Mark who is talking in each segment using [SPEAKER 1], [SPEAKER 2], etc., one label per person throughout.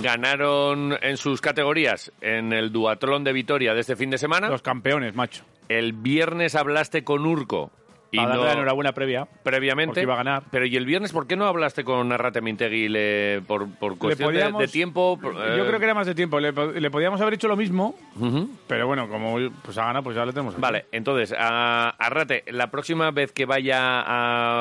[SPEAKER 1] ganaron en sus categorías en el duatlón de Vitoria de este fin de semana.
[SPEAKER 2] Los campeones, macho.
[SPEAKER 1] El viernes hablaste con Urco. Y
[SPEAKER 2] Para darle
[SPEAKER 1] no-
[SPEAKER 2] la enhorabuena previa.
[SPEAKER 1] previamente.
[SPEAKER 2] porque iba a ganar.
[SPEAKER 1] Pero ¿y el viernes por qué no hablaste con Arrate Mintegui le- por, por cuestión de-
[SPEAKER 2] podíamos-
[SPEAKER 1] de, tiempo? por-
[SPEAKER 2] Yo
[SPEAKER 1] eh,
[SPEAKER 2] creo que era más de tiempo. Le, po- le podíamos haber hecho lo mismo,
[SPEAKER 1] ujú.
[SPEAKER 2] pero bueno, como pues ha ganado, pues ya le tenemos. aquí.
[SPEAKER 1] eh, Vale, entonces, a Arrate, la próxima vez que vaya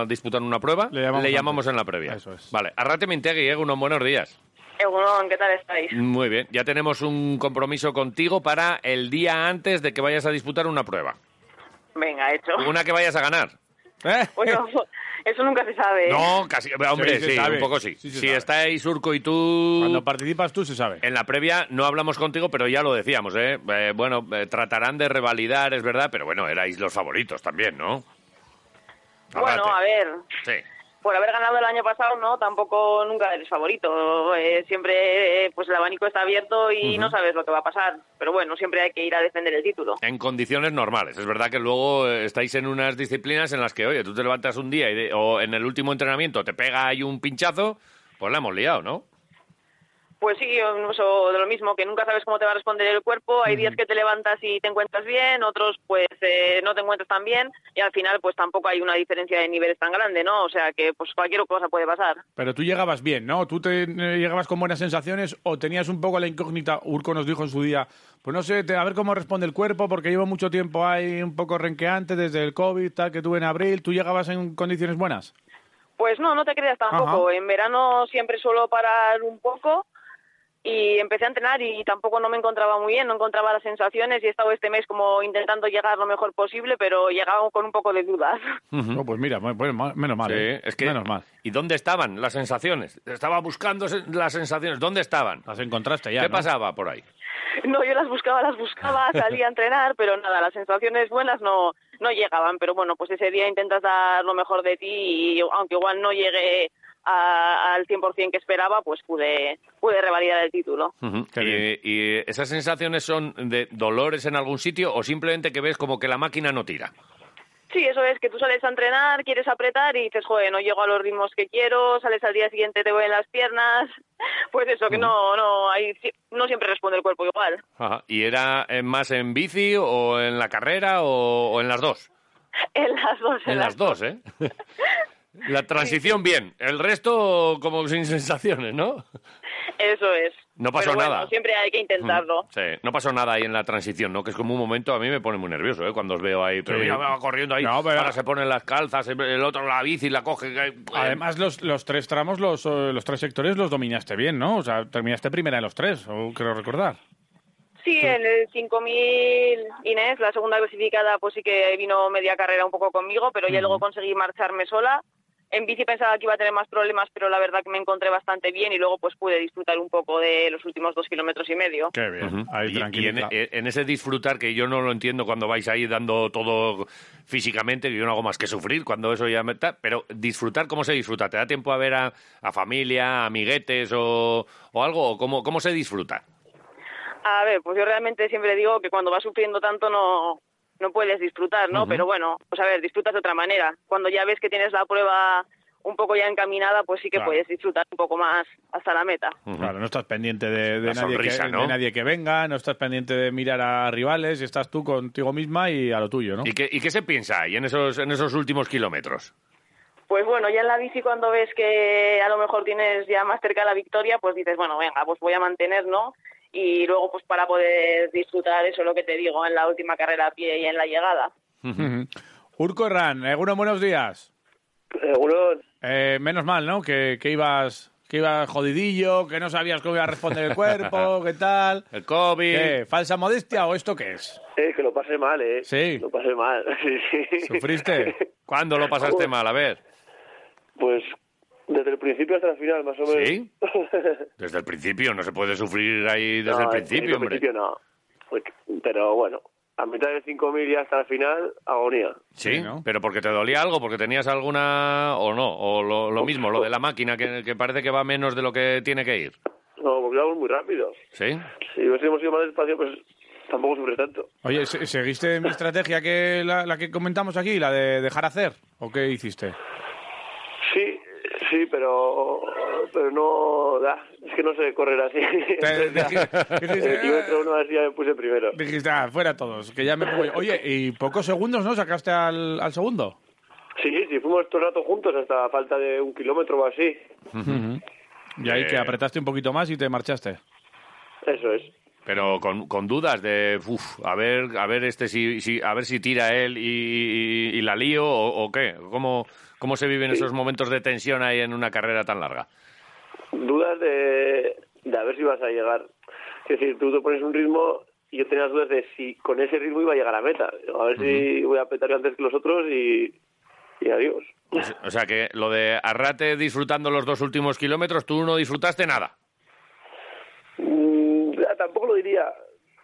[SPEAKER 1] a disputar una prueba,
[SPEAKER 2] Le llamamos antes.
[SPEAKER 1] en la previa.
[SPEAKER 2] Eso es.
[SPEAKER 1] Vale, Arrate Mintegui, ¿eh? unos buenos días.
[SPEAKER 3] Egunon, ¿qué tal estáis?
[SPEAKER 1] Muy bien, ya tenemos un compromiso contigo para el día antes de que vayas a disputar una prueba.
[SPEAKER 3] Venga, hecho.
[SPEAKER 1] Una que vayas a ganar.
[SPEAKER 2] ¿Eh?
[SPEAKER 3] Bueno, eso nunca se sabe. ¿eh?
[SPEAKER 1] No, casi. Hombre,
[SPEAKER 2] se
[SPEAKER 1] sí,
[SPEAKER 2] sabe.
[SPEAKER 1] un poco sí.
[SPEAKER 2] Sí se
[SPEAKER 1] si
[SPEAKER 2] sabe.
[SPEAKER 1] estáis Urco y tú.
[SPEAKER 2] Cuando participas tú se sabe.
[SPEAKER 1] En la previa no hablamos contigo, pero ya lo decíamos, ¿eh? Eh, bueno, eh, tratarán de revalidar, es verdad, pero bueno, erais los favoritos también, ¿no?
[SPEAKER 3] bueno, a
[SPEAKER 1] Arrate.
[SPEAKER 3] ver,
[SPEAKER 1] Sí.
[SPEAKER 3] por haber ganado el año pasado, no, tampoco nunca eres favorito. Eh, siempre, eh, pues el abanico está abierto y no sabes lo que va a pasar. Pero bueno, siempre hay que ir a defender el título.
[SPEAKER 1] En condiciones normales. Es verdad que luego eh, estáis en unas disciplinas en las que, oye, tú te levantas un día y de- o en el último entrenamiento te pega ahí un pinchazo, pues la hemos liado, ¿no?
[SPEAKER 3] Pues sí, eso de lo mismo, que nunca sabes cómo te va a responder el cuerpo. Hay días que te levantas y te encuentras bien, otros pues eh, no te encuentras tan bien y al final pues tampoco hay una diferencia de niveles tan grande, ¿no? O sea que pues cualquier cosa puede pasar.
[SPEAKER 2] Pero tú llegabas bien, ¿no? ¿Tú te, eh, llegabas con buenas sensaciones o tenías un poco la incógnita? Urco nos dijo en su día, pues no sé, te- a ver cómo responde el cuerpo, porque llevo mucho tiempo ahí un poco renqueante desde el COVID, tal, que tuve en abril. ¿Tú llegabas en condiciones buenas?
[SPEAKER 3] Pues no, no te creas tampoco. En verano siempre suelo parar un poco y empecé a entrenar y tampoco no me encontraba muy bien, no encontraba las sensaciones y he estado este mes como intentando llegar lo mejor posible, pero llegaba con un poco de dudas.
[SPEAKER 2] No, pues mira, bueno, bueno, ma- menos mal. ¿eh?
[SPEAKER 1] Sí, es que...
[SPEAKER 2] Menos mal.
[SPEAKER 1] ¿Y dónde estaban las sensaciones? Estaba buscando se- las sensaciones. ¿Dónde estaban?
[SPEAKER 2] Las encontraste ya.
[SPEAKER 1] ¿Qué
[SPEAKER 2] ¿no?
[SPEAKER 1] pasaba por ahí?
[SPEAKER 3] No, yo las buscaba, las buscaba, salía a entrenar, pero nada, las sensaciones buenas no, no llegaban. Pero bueno, pues ese día intentas dar lo mejor de ti y aunque igual no llegué a- al 100% que esperaba, pues pude, pude revalidar el título.
[SPEAKER 2] Qué
[SPEAKER 1] Y-
[SPEAKER 2] bien.
[SPEAKER 1] y, esas sensaciones son de dolores en algún sitio o simplemente que ves como que la máquina no tira?
[SPEAKER 3] Sí, eso es, que tú sales a entrenar, quieres apretar y dices, joder, no llego a los ritmos que quiero, sales al día siguiente, te voy en las piernas. Pues eso, que no, no, hay, no siempre responde el cuerpo igual.
[SPEAKER 1] Ajá. ¿Y era eh, más en bici o en la carrera o- o en las dos?
[SPEAKER 3] En las dos,
[SPEAKER 1] En las dos, ¿eh? La transición bien, el resto como sin sensaciones, ¿no?
[SPEAKER 3] Eso es.
[SPEAKER 1] No pasó
[SPEAKER 3] Pero bueno,
[SPEAKER 1] nada.
[SPEAKER 3] siempre hay que intentarlo.
[SPEAKER 1] Sí, no pasó nada ahí en la transición, ¿no? Que es como un momento, a mí me pone muy nervioso, ¿eh? Cuando os veo ahí, pero
[SPEAKER 2] Sí.
[SPEAKER 1] mira, va corriendo ahí,
[SPEAKER 2] No, pero-
[SPEAKER 1] ahora se ponen las calzas, el otro la bici la coge. eh,
[SPEAKER 2] Además, los, los tres tramos, los, eh, los tres sectores los dominaste bien, ¿no? O sea, terminaste primera en los tres, o creo recordar.
[SPEAKER 3] Sí, en el 5000 Inés, la segunda clasificada, pues sí que vino media carrera un poco conmigo, pero ya luego conseguí marcharme sola. En bici pensaba que iba a tener más problemas, pero la verdad que me encontré bastante bien y luego pues pude disfrutar un poco de los últimos dos kilómetros y medio.
[SPEAKER 2] Qué bien.
[SPEAKER 1] Ujú.
[SPEAKER 2] Ahí,
[SPEAKER 1] Y- y, en, eh, e,
[SPEAKER 2] tranquilidad.
[SPEAKER 1] en ese disfrutar que yo no lo entiendo cuando vais ahí dando todo físicamente, que yo no hago más que sufrir cuando eso ya me ta- Pero disfrutar, ¿cómo se disfruta? ¿Te da tiempo a ver a, a familia, a amiguetes o, o algo? ¿O cómo, ¿Cómo se disfruta?
[SPEAKER 3] A ver, pues yo realmente siempre digo que cuando vas sufriendo tanto no, no puedes disfrutar, ¿no? Pero bueno, pues a ver, disfrutas de otra manera. Cuando ya ves que tienes la prueba un poco ya encaminada, pues sí que
[SPEAKER 2] Claro.
[SPEAKER 3] puedes disfrutar un poco más hasta la meta.
[SPEAKER 2] Claro, no estás pendiente de, de
[SPEAKER 1] La
[SPEAKER 2] nadie
[SPEAKER 1] sonrisa,
[SPEAKER 2] que,
[SPEAKER 1] ¿no?
[SPEAKER 2] de nadie que venga, no estás pendiente de mirar a rivales, estás tú contigo misma y a lo tuyo, ¿no?
[SPEAKER 1] ¿Y qué, y qué se piensa ahí en esos, en esos últimos kilómetros?
[SPEAKER 3] Pues bueno, ya en la bici cuando ves que a lo mejor tienes ya más cerca la victoria, pues dices, bueno, venga, pues voy a mantener, ¿no? Y luego pues para poder disfrutar eso lo que te digo en la última carrera a pie y en la llegada.
[SPEAKER 2] Ujú. Urco Herrán, algunos buenos días.
[SPEAKER 4] Seguro,
[SPEAKER 2] Eh, menos mal, ¿no? Que, que ibas que ibas jodidillo, que no sabías cómo iba a responder el cuerpo, qué tal.
[SPEAKER 1] El COVID.
[SPEAKER 2] ¿Qué? ¿Falsa modestia o esto qué es?
[SPEAKER 4] eh, que lo pasé mal, ¿eh?
[SPEAKER 2] Sí.
[SPEAKER 4] Lo pasé mal, sí, sí.
[SPEAKER 2] ¿Sufriste?
[SPEAKER 1] ¿Cuándo lo pasaste mal? A ver.
[SPEAKER 4] Pues desde el principio hasta el final, más o menos.
[SPEAKER 1] ¿Sí? Desde el principio, no se puede sufrir ahí desde el
[SPEAKER 4] No,
[SPEAKER 1] principio,
[SPEAKER 4] desde el
[SPEAKER 1] hombre.
[SPEAKER 4] principio no. Porque- Pero bueno, a mitad del 5.000 y hasta el final, agonía.
[SPEAKER 1] Sí,
[SPEAKER 2] Sí, ¿no?
[SPEAKER 1] pero porque te dolía algo, porque tenías alguna o no, o lo, lo mismo, lo de la máquina que, que parece que va menos de lo que tiene que ir.
[SPEAKER 4] No, porque íbamos muy rápido.
[SPEAKER 1] ¿Sí?
[SPEAKER 4] Si hubiésemos ido más despacio, pues tampoco sufre tanto.
[SPEAKER 2] Oye, ¿se- ¿seguiste mi estrategia que la, la que comentamos aquí, la de dejar hacer? ¿O qué hiciste?
[SPEAKER 4] Sí, sí, pero pero no, ah, es que no sé correr así. Entonces, ya, el kilómetro uno así ya me puse primero.
[SPEAKER 2] Dijiste, ah, fuera todos, que ya me pongo yo. Oye, y pocos segundos, ¿no? ¿Sacaste al, al segundo?
[SPEAKER 4] Sí, sí, fuimos todo el rato juntos hasta falta de un kilómetro o así.
[SPEAKER 2] Y ahí
[SPEAKER 1] Eh.
[SPEAKER 2] que apretaste un poquito más y te marchaste.
[SPEAKER 4] Eso es.
[SPEAKER 1] Pero con, con dudas de, uff, a ver, a ver este si, si- a ver si tira él y, y- y la lío o, o qué. ¿Cómo, ¿Cómo se viven esos momentos de tensión ahí en una carrera tan larga?
[SPEAKER 4] Dudas de, de a ver si vas a llegar. Es decir, tú te pones un ritmo y yo tenía las dudas de si con ese ritmo iba a llegar a meta. A ver si voy a petar antes que los otros y, y adiós.
[SPEAKER 1] O se- O sea que lo de Arrate disfrutando los dos últimos kilómetros, tú no disfrutaste nada.
[SPEAKER 4] Mm, ya, tampoco lo diría.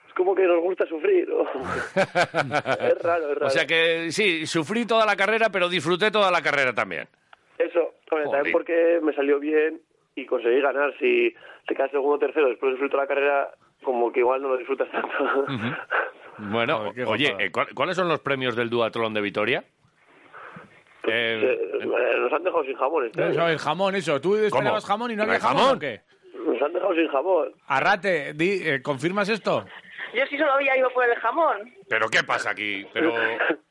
[SPEAKER 4] Es como que nos gusta sufrir. ¿no? es raro, es raro.
[SPEAKER 1] O sea que sí, sufrí toda la carrera, pero disfruté toda la carrera también.
[SPEAKER 4] Eso, hombre,
[SPEAKER 1] Jolín.
[SPEAKER 4] también porque me salió bien y conseguí ganar. Si te quedas segundo o tercero después de disfrutar la carrera, como que igual no lo disfrutas tanto.
[SPEAKER 1] Bueno,
[SPEAKER 2] Joder, qué
[SPEAKER 1] oye,
[SPEAKER 2] gozada.
[SPEAKER 1] eh, ¿cuál- ¿cuáles son los premios del Duatlón de Vitoria? Eh,
[SPEAKER 4] Eh, nos han dejado sin jamón este año.
[SPEAKER 2] Eso, el jamón, eso. ¿Tú esperabas jamón y no
[SPEAKER 1] ¿No
[SPEAKER 2] había
[SPEAKER 1] hay
[SPEAKER 2] jamón?
[SPEAKER 1] jamón?
[SPEAKER 2] o qué?
[SPEAKER 4] Nos han dejado sin jamón.
[SPEAKER 2] Arrate, di, eh, ¿confirmas esto?
[SPEAKER 3] Yo sí solo había ido por el jamón.
[SPEAKER 1] ¿Pero qué pasa aquí? Pero,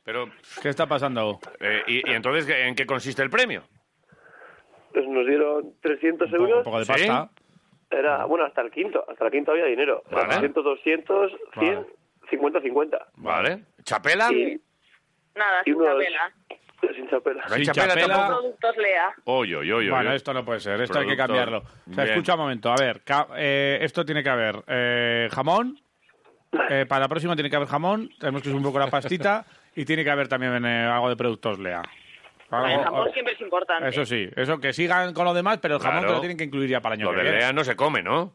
[SPEAKER 1] pero,
[SPEAKER 2] ¿Qué está pasando?
[SPEAKER 1] eh, y, y entonces qué- en qué consiste el premio?
[SPEAKER 4] Pues nos dieron 300
[SPEAKER 2] Un poco, un
[SPEAKER 4] euros.
[SPEAKER 2] poco de
[SPEAKER 1] ¿Sí?
[SPEAKER 2] pasta.
[SPEAKER 4] Era, bueno, hasta el quinto. Hasta el quinto había dinero. Era
[SPEAKER 1] Vale.
[SPEAKER 4] 300, 200, 100,
[SPEAKER 2] Vale.
[SPEAKER 4] 50, 50.
[SPEAKER 1] ¿Vale? ¿Chapela?
[SPEAKER 3] Sí. Nada,
[SPEAKER 4] Y
[SPEAKER 3] sin
[SPEAKER 4] unos-
[SPEAKER 3] chapela.
[SPEAKER 4] Sin chapela.
[SPEAKER 1] ¿No hay
[SPEAKER 2] Sin
[SPEAKER 1] chapela,
[SPEAKER 2] chapela.
[SPEAKER 1] tampoco?
[SPEAKER 3] Productos Lea.
[SPEAKER 1] Oy, oy, oy, oy,
[SPEAKER 2] Bueno,
[SPEAKER 1] oy.
[SPEAKER 2] esto no puede ser, esto hay que
[SPEAKER 1] Producto.
[SPEAKER 2] cambiarlo. O sea,
[SPEAKER 1] Bien.
[SPEAKER 2] escucha un momento, a ver, ca- eh, esto tiene que haber eh, jamón, eh, para la próxima tiene que haber jamón, tenemos que subir un poco la pastita y tiene que haber también eh, algo de productos Lea.
[SPEAKER 3] El
[SPEAKER 2] Algo- oh,
[SPEAKER 3] jamón siempre es importante.
[SPEAKER 2] eso sí, eso que sigan con lo demás, pero el jamón
[SPEAKER 1] Claro.
[SPEAKER 2] te lo tienen que incluir ya para el
[SPEAKER 1] Lo
[SPEAKER 2] año que
[SPEAKER 1] de
[SPEAKER 2] viene.
[SPEAKER 1] Lea no se come, ¿no?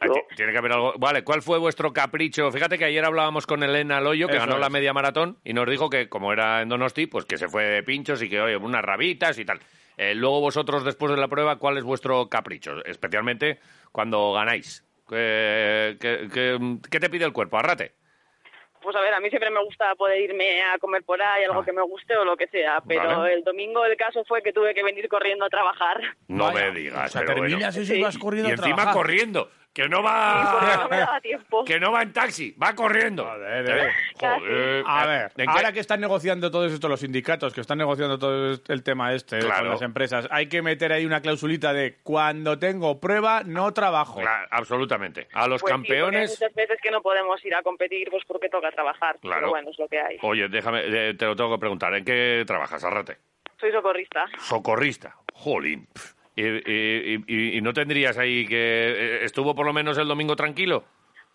[SPEAKER 1] Hay
[SPEAKER 4] No.
[SPEAKER 1] que- Tiene que haber algo. Vale, ¿cuál fue vuestro capricho? Fíjate que ayer hablábamos con Elena Loyo, que
[SPEAKER 2] Eso
[SPEAKER 1] ganó la
[SPEAKER 2] es.
[SPEAKER 1] media maratón, y nos dijo que, como era en Donosti, pues que se fue de pinchos y que, oye, unas rabitas y tal. Eh, luego vosotros, después de la prueba, ¿cuál es vuestro capricho? Especialmente cuando ganáis. ¿Qué, qué- qué- qué te pide el cuerpo? Arrate.
[SPEAKER 3] Pues a ver, a mí siempre me gusta poder irme a comer por ahí, algo
[SPEAKER 2] Ah.
[SPEAKER 3] que me guste o lo que sea. Pero
[SPEAKER 1] Vale.
[SPEAKER 3] el domingo el caso fue que tuve que venir corriendo a trabajar.
[SPEAKER 1] No
[SPEAKER 2] Vaya,
[SPEAKER 1] me digas.
[SPEAKER 2] O sea,
[SPEAKER 1] pero bueno.
[SPEAKER 2] terminas eso y
[SPEAKER 3] Sí.
[SPEAKER 2] vas corriendo
[SPEAKER 1] Y
[SPEAKER 2] a
[SPEAKER 1] encima
[SPEAKER 2] trabajar.
[SPEAKER 1] corriendo. Que no
[SPEAKER 3] Porque no me
[SPEAKER 2] Ah.
[SPEAKER 1] va.
[SPEAKER 3] daba tiempo.
[SPEAKER 1] que no va en taxi, va corriendo.
[SPEAKER 2] Joder, eh.
[SPEAKER 1] Joder.
[SPEAKER 2] A ver,
[SPEAKER 1] Eh, ¿En qué-
[SPEAKER 2] ahora que están negociando todo esto los sindicatos, que están negociando todo est- el tema este eh,
[SPEAKER 1] Claro.
[SPEAKER 2] con las empresas, hay que meter ahí una clausulita de cuando tengo prueba no trabajo.
[SPEAKER 1] Claro, absolutamente. A los
[SPEAKER 3] Pues sí, porque hay
[SPEAKER 1] campeones.
[SPEAKER 3] muchas veces que no podemos ir a competir pues porque toca trabajar.
[SPEAKER 1] Claro.
[SPEAKER 3] Pero bueno, es lo que hay.
[SPEAKER 1] Oye, déjame, eh, te lo tengo que preguntar. ¿En qué trabajas, Arrate?
[SPEAKER 3] Soy socorrista.
[SPEAKER 1] Socorrista. Jolín. Pf. ¿Y, y- y- y no tendrías ahí que. eh, ¿Estuvo por lo menos el domingo tranquilo?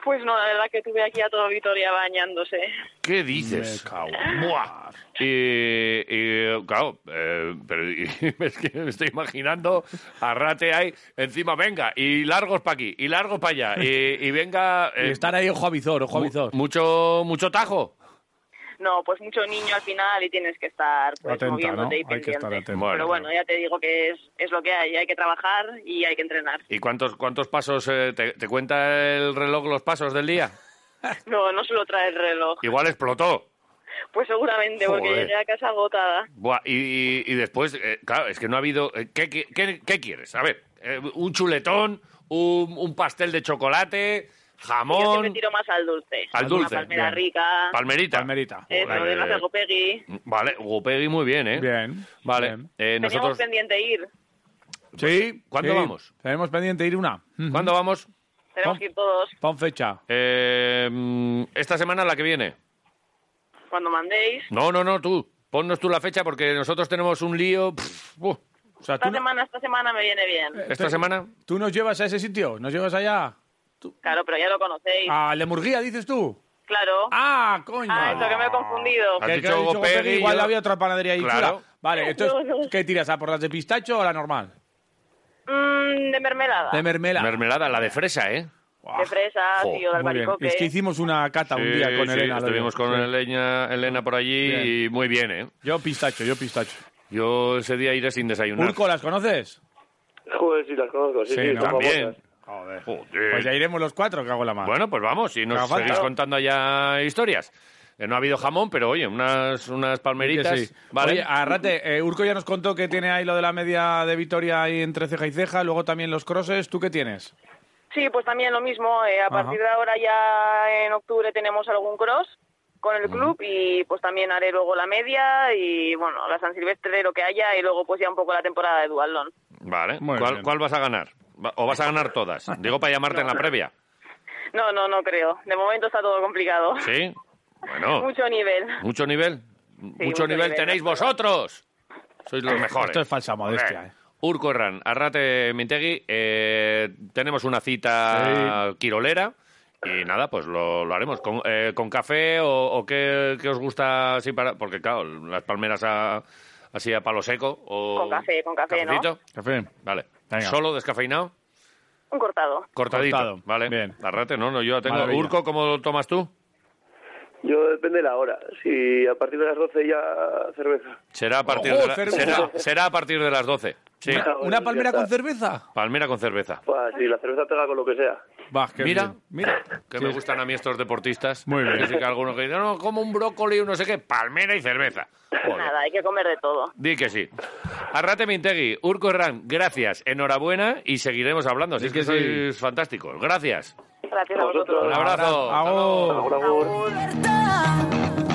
[SPEAKER 3] Pues no, la verdad que tuve aquí a todo Vitoria bañándose.
[SPEAKER 1] ¿Qué dices?
[SPEAKER 2] Me cago.
[SPEAKER 1] Buah. Y, y, claro, eh, pero y- es que me estoy imaginando a Rate ahí, encima, venga, y largos para aquí, y largos para allá, y, y venga...
[SPEAKER 2] Y
[SPEAKER 1] eh,
[SPEAKER 2] estar ahí ojo a visor, ojo a
[SPEAKER 1] mu-
[SPEAKER 2] visor.
[SPEAKER 1] mucho, mucho tajo.
[SPEAKER 3] No, pues mucho niño al final y tienes que estar pues,
[SPEAKER 2] Atenta,
[SPEAKER 3] moviéndote
[SPEAKER 2] ¿no?
[SPEAKER 3] y
[SPEAKER 2] Hay que estar
[SPEAKER 3] pendiente.
[SPEAKER 2] atento.
[SPEAKER 1] Bueno,
[SPEAKER 3] Pero bueno, ya te digo que es, es lo que hay. Hay que trabajar y hay que entrenar.
[SPEAKER 1] ¿Y cuántos, cuántos pasos eh, te, te cuenta el reloj los pasos del día?
[SPEAKER 3] No, no se lo trae el reloj.
[SPEAKER 1] Igual explotó.
[SPEAKER 3] Pues seguramente, porque
[SPEAKER 1] Joder.
[SPEAKER 3] llegué a casa agotada.
[SPEAKER 1] Buah, y, y- y después, eh, claro, es que no ha habido... eh, ¿qué, qué, qué- qué quieres? A ver, eh, un chuletón, un, un pastel de chocolate,
[SPEAKER 3] Y Yo
[SPEAKER 1] jamón...
[SPEAKER 3] siempre tiro más al dulce.
[SPEAKER 1] Al dulce,
[SPEAKER 3] Una Eh, palmera
[SPEAKER 2] bien.
[SPEAKER 3] rica.
[SPEAKER 1] Palmerita.
[SPEAKER 2] Palmerita.
[SPEAKER 3] Eso,
[SPEAKER 1] Joder. eh,
[SPEAKER 3] de más algo Peggy.
[SPEAKER 1] Vale, Gopegui muy bien, ¿eh?
[SPEAKER 2] Bien.
[SPEAKER 1] Vale.
[SPEAKER 2] bien.
[SPEAKER 1] eh,
[SPEAKER 3] Teníamos
[SPEAKER 1] nosotros,
[SPEAKER 3] pendiente ir.
[SPEAKER 2] Sí.
[SPEAKER 1] ¿Cuándo
[SPEAKER 2] sí.
[SPEAKER 1] vamos?
[SPEAKER 2] Tenemos pendiente ir una. Ujú.
[SPEAKER 1] ¿Cuándo vamos?
[SPEAKER 3] Tenemos que ir todos
[SPEAKER 2] Pon fecha.
[SPEAKER 1] Eh, mm, ¿Esta semana la que viene?
[SPEAKER 3] cuando mandéis.
[SPEAKER 1] No, no, no, tú. Ponnos tú la fecha porque nosotros tenemos un lío. pff, buh.
[SPEAKER 2] O sea,
[SPEAKER 3] Esta
[SPEAKER 2] tú, no- este,
[SPEAKER 3] semana, esta semana me viene bien.
[SPEAKER 2] Eh.
[SPEAKER 1] ¿Esta semana?
[SPEAKER 2] tú nos llevas a ese sitio, nos llevas allá.
[SPEAKER 3] Claro, pero ya lo conocéis.
[SPEAKER 2] A Lemurguía, dices tú.
[SPEAKER 3] Claro.
[SPEAKER 2] Ah, coño.
[SPEAKER 3] Ah, eso que me he confundido.
[SPEAKER 1] Has
[SPEAKER 2] Que- que
[SPEAKER 1] dicho
[SPEAKER 2] he dicho
[SPEAKER 1] Gopegui,
[SPEAKER 2] Gopegui, igual
[SPEAKER 1] yo-
[SPEAKER 2] había otra panadería ahí
[SPEAKER 1] Claro.
[SPEAKER 2] chula. Vale, entonces,
[SPEAKER 3] No, no.
[SPEAKER 2] ¿qué tiras? ¿A por las de pistacho o a la normal?
[SPEAKER 3] Mm, de mermelada.
[SPEAKER 2] De mermela.
[SPEAKER 1] Mermelada, la de fresa, ¿eh?
[SPEAKER 2] Buah,
[SPEAKER 3] De fresa,
[SPEAKER 1] Jo,
[SPEAKER 3] tío, de
[SPEAKER 2] muy bien.
[SPEAKER 3] albaricoque.
[SPEAKER 2] Es que hicimos una cata un
[SPEAKER 1] Sí,
[SPEAKER 2] día con
[SPEAKER 1] sí,
[SPEAKER 2] Elena. lo
[SPEAKER 1] Estuvimos
[SPEAKER 2] digo.
[SPEAKER 1] con
[SPEAKER 2] Sí.
[SPEAKER 1] Elena, Elena por allí
[SPEAKER 2] Bien.
[SPEAKER 1] y muy bien, ¿eh?
[SPEAKER 2] Yo pistacho, yo pistacho.
[SPEAKER 1] Yo ese día iré sin desayunar.
[SPEAKER 2] ¿Urco las conoces?
[SPEAKER 4] Joder, si las conozco. Sí,
[SPEAKER 2] Sí,
[SPEAKER 4] sí,
[SPEAKER 2] ¿no?
[SPEAKER 4] son
[SPEAKER 1] También.
[SPEAKER 4] famosas.
[SPEAKER 2] Joder.
[SPEAKER 1] Joder.
[SPEAKER 2] Pues ya iremos los cuatro, que hago la mano.
[SPEAKER 1] Bueno, pues vamos, y nos
[SPEAKER 2] Claro,
[SPEAKER 1] seguís
[SPEAKER 2] claro.
[SPEAKER 1] contando ya historias. Eh, No ha habido jamón, pero oye, unas, unas palmeritas.
[SPEAKER 2] Que sí.
[SPEAKER 1] Vale.
[SPEAKER 2] Oye, Arrate, eh, Urco ya nos contó que tiene ahí lo de la media de Vitoria ahí entre ceja y ceja, luego también los crosses. ¿Tú qué tienes?
[SPEAKER 3] Sí, pues también lo mismo. eh, a
[SPEAKER 2] Ajá.
[SPEAKER 3] partir de ahora ya en octubre tenemos algún cross con el club y pues también haré luego la media y bueno, la San Silvestre lo que haya y luego pues ya un poco la temporada de Dualdón.
[SPEAKER 1] Vale.
[SPEAKER 2] Muy
[SPEAKER 1] ¿Cuál,
[SPEAKER 2] bien.
[SPEAKER 1] cuál vas a ganar? Va- ¿O vas a ganar todas? Digo para llamarte en la previa.
[SPEAKER 3] No, no, no creo. De momento está todo complicado.
[SPEAKER 1] ¿Sí? Bueno.
[SPEAKER 3] Mucho nivel.
[SPEAKER 1] Mucho nivel. mucho
[SPEAKER 3] mucho
[SPEAKER 1] nivel
[SPEAKER 3] nivel,
[SPEAKER 1] tenéis
[SPEAKER 3] no, pero-
[SPEAKER 1] vosotros. Sois los mejores.
[SPEAKER 2] Esto es falsa modestia,
[SPEAKER 1] Joder.
[SPEAKER 2] eh.
[SPEAKER 1] Urco Herrán, Arrate Mintegui, eh, tenemos una cita quirolera y nada, pues lo, lo haremos. ¿Con, eh, con café o, o qué, qué os gusta así para...? Porque claro, las palmeras a- así a palo seco o...
[SPEAKER 3] Con café, con café, ¿no?
[SPEAKER 1] ¿Cafecito?
[SPEAKER 2] Café.
[SPEAKER 1] Vale.
[SPEAKER 2] Venga.
[SPEAKER 1] ¿Solo descafeinado?
[SPEAKER 3] Un cortado.
[SPEAKER 1] Cortadito.
[SPEAKER 2] Cortado.
[SPEAKER 1] Vale.
[SPEAKER 2] Bien.
[SPEAKER 1] Arrate, no, no, yo ya tengo...
[SPEAKER 2] Maravilla.
[SPEAKER 1] Urco, ¿cómo lo tomas tú?
[SPEAKER 4] Yo depende de la hora. Si a partir de las 12 ya cerveza.
[SPEAKER 1] Será a partir,
[SPEAKER 2] Ojo,
[SPEAKER 1] de, la-
[SPEAKER 2] Oh, cerveza.
[SPEAKER 1] será, será a partir de las 12. Sí.
[SPEAKER 4] Ah, bueno,
[SPEAKER 2] ¿Una
[SPEAKER 4] ya
[SPEAKER 2] palmera
[SPEAKER 4] está.
[SPEAKER 2] con cerveza?
[SPEAKER 1] Palmera con cerveza.
[SPEAKER 4] Buah, sí, pues, la cerveza pega con lo que sea.
[SPEAKER 2] Bah, qué
[SPEAKER 1] Mira,
[SPEAKER 2] bien. mira.
[SPEAKER 1] Que
[SPEAKER 2] Sí,
[SPEAKER 1] me
[SPEAKER 2] es-
[SPEAKER 1] gustan a mí estos deportistas.
[SPEAKER 2] Muy bien.
[SPEAKER 1] Que sí que algunos que dicen, no, como un brócoli, un no sé qué, palmera y cerveza. Joder.
[SPEAKER 3] Nada, hay que comer de todo.
[SPEAKER 1] Di que sí. Arrate Mintegui, Urco Herrán, gracias, enhorabuena y seguiremos hablando. Así
[SPEAKER 2] Di
[SPEAKER 1] es que
[SPEAKER 2] que sí.
[SPEAKER 1] sois fantásticos. Gracias.
[SPEAKER 3] Gracias a
[SPEAKER 4] Vosotros.
[SPEAKER 3] vosotros.
[SPEAKER 1] Un abrazo.
[SPEAKER 2] Ahora-
[SPEAKER 1] Hasta luego.
[SPEAKER 2] Ahora-
[SPEAKER 4] Agur, agur.
[SPEAKER 5] puerta